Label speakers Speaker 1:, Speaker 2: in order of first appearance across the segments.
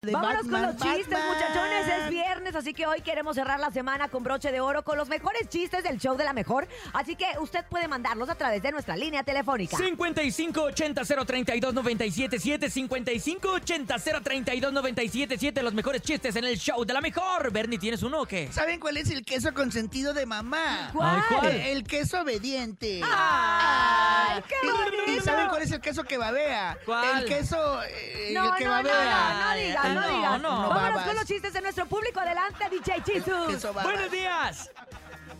Speaker 1: de
Speaker 2: Vámonos con
Speaker 1: Batman,
Speaker 2: los chistes,
Speaker 1: Batman.
Speaker 2: muchachones. Es viernes, así que hoy queremos cerrar la semana con broche de oro, con los mejores chistes del show de la mejor. Así que usted puede mandarlos a través de nuestra línea telefónica.
Speaker 3: 5580-032-977 5580-032-977 Los mejores chistes en el show de la mejor Bernie, ¿tienes uno o qué?
Speaker 1: ¿Saben cuál es el queso consentido de mamá?
Speaker 2: ¿Cuál?
Speaker 3: Ay, ¿cuál?
Speaker 1: Eh, El queso obediente.
Speaker 2: ¡Ay, qué
Speaker 1: ¿Y- ¿Y
Speaker 2: bonito!
Speaker 1: saben cuál es el queso que babea?
Speaker 3: ¿Cuál?
Speaker 1: El queso eh,
Speaker 2: No,
Speaker 1: el que
Speaker 2: no, no,
Speaker 1: babea.
Speaker 2: no, no digas, no,
Speaker 3: No,
Speaker 2: digas.
Speaker 3: no. No
Speaker 2: Vámonos
Speaker 1: babas.
Speaker 2: con los chistes de nuestro público. Adelante, DJ Chisus.
Speaker 1: Queso baba.
Speaker 3: ¡Buenos días!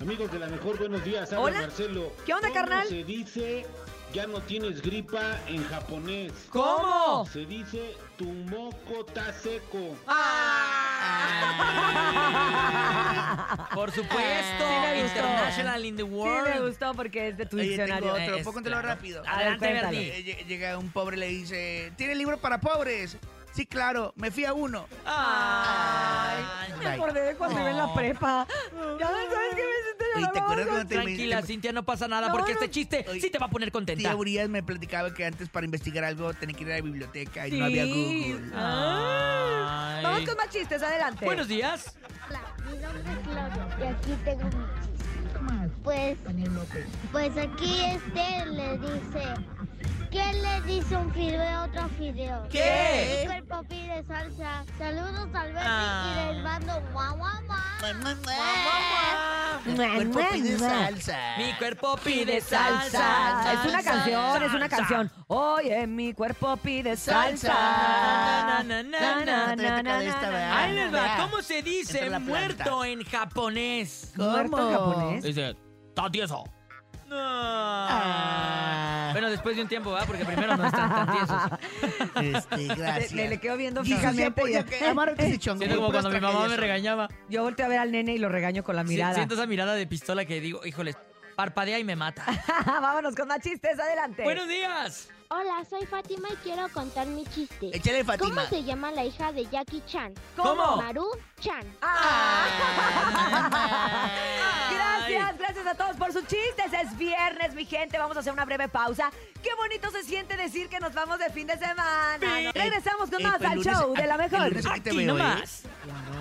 Speaker 4: Amigos de la mejor, buenos días. Habla
Speaker 2: Hola.
Speaker 4: Marcelo.
Speaker 2: ¿Qué onda,
Speaker 4: ¿Cómo
Speaker 2: carnal?
Speaker 4: Se dice, ya no tienes gripa en japonés.
Speaker 3: ¿Cómo?
Speaker 4: Se dice, tu moco está seco.
Speaker 1: Ah,
Speaker 3: Por supuesto
Speaker 2: Sí me gustó.
Speaker 3: International in the
Speaker 2: Sí, me
Speaker 3: world
Speaker 2: gustó porque es de tu
Speaker 1: Oye,
Speaker 2: diccionario.
Speaker 1: tengo otro,
Speaker 3: Es-
Speaker 1: póntelo rápido.
Speaker 2: A ver,
Speaker 3: Adelante,
Speaker 2: cuéntalo.
Speaker 3: Bernie
Speaker 1: Eh, lle- Llega un pobre y le dice, ¿tiene libro para pobres? Sí, claro, me fía uno.
Speaker 3: Ay.
Speaker 2: Me acordé de cuando iba en la prepa. Ya sabes que me senté
Speaker 1: Oh. Oye, ¿te acuerdas cuando te
Speaker 3: Tranquila,
Speaker 1: te-
Speaker 3: Cintia, no pasa nada
Speaker 2: No,
Speaker 3: Porque
Speaker 2: no.
Speaker 3: este chiste
Speaker 1: Oye,
Speaker 3: sí te va a poner contenta
Speaker 1: Tía Urias me platicaba que antes para investigar algo tenía que ir a la biblioteca y no había
Speaker 2: Sí.
Speaker 1: Google.
Speaker 2: Ah.
Speaker 3: Ay.
Speaker 2: Vamos con más chistes, adelante.
Speaker 3: Buenos días
Speaker 5: Hola, mi nombre es Claudio y aquí tengo mi chiste. Pues, pues aquí este le dice, ¿qué le dice un fideo a otro fideo?
Speaker 3: ¿Qué?
Speaker 5: Mi cuerpo pide salsa. Saludos al Betty
Speaker 3: Ah.
Speaker 5: y les mando guau guau guau.
Speaker 1: El cuerpo pide salsa.
Speaker 3: Mi cuerpo pide
Speaker 2: Eh. Salsa.
Speaker 3: salsa
Speaker 2: Es una
Speaker 3: salsa,
Speaker 2: canción, es una
Speaker 3: salsa.
Speaker 2: canción. Oye, mi cuerpo pide salsa.
Speaker 1: Salsa.
Speaker 3: Na, na, na, na,
Speaker 1: na, na, na, na, na.
Speaker 3: Ahí les va.
Speaker 1: Vea.
Speaker 3: ¿Cómo se dice
Speaker 1: Entra la planta.
Speaker 3: muerto en japonés?
Speaker 1: ¿Cómo?
Speaker 2: ¿Muerto en japonés?
Speaker 3: Dice, está tieso. No.
Speaker 1: Ah.
Speaker 3: Bueno, después de un tiempo, ¿verdad? Porque primero no están tan tiesos.
Speaker 1: Este, gracias.
Speaker 2: Le, le quedo viendo
Speaker 1: Hija, sí,
Speaker 2: fijamente. y-
Speaker 1: apoya que- amárrate ese chongo,
Speaker 3: Siento como
Speaker 1: puras
Speaker 3: cuando mi mamá
Speaker 1: tragedias
Speaker 3: me
Speaker 1: son.
Speaker 3: regañaba.
Speaker 2: Yo volteo a ver al nene y lo regaño con la mirada.
Speaker 3: Siento esa mirada de pistola que digo, híjole, parpadea y me mata.
Speaker 2: Vámonos con más chistes, adelante.
Speaker 3: Buenos días.
Speaker 5: Hola, soy Fátima y quiero contar mi chiste.
Speaker 1: Échale, Fátima.
Speaker 5: ¿Cómo se llama la hija de Jackie Chan?
Speaker 3: ¿Cómo?
Speaker 5: Maru Chan.
Speaker 2: Ah, Gracias, gracias a todos por sus chistes. Es viernes, mi gente. Vamos a hacer una breve pausa. Qué bonito se siente decir que nos vamos de fin de semana. ¿no? Regresamos con
Speaker 1: Eh,
Speaker 2: más
Speaker 1: pues,
Speaker 2: al
Speaker 1: el lunes-
Speaker 2: show de la
Speaker 1: el
Speaker 2: mejor.
Speaker 1: lunes aquí te
Speaker 3: Aquí
Speaker 1: veo, ¿eh?
Speaker 3: nomás.
Speaker 1: Guau, guau.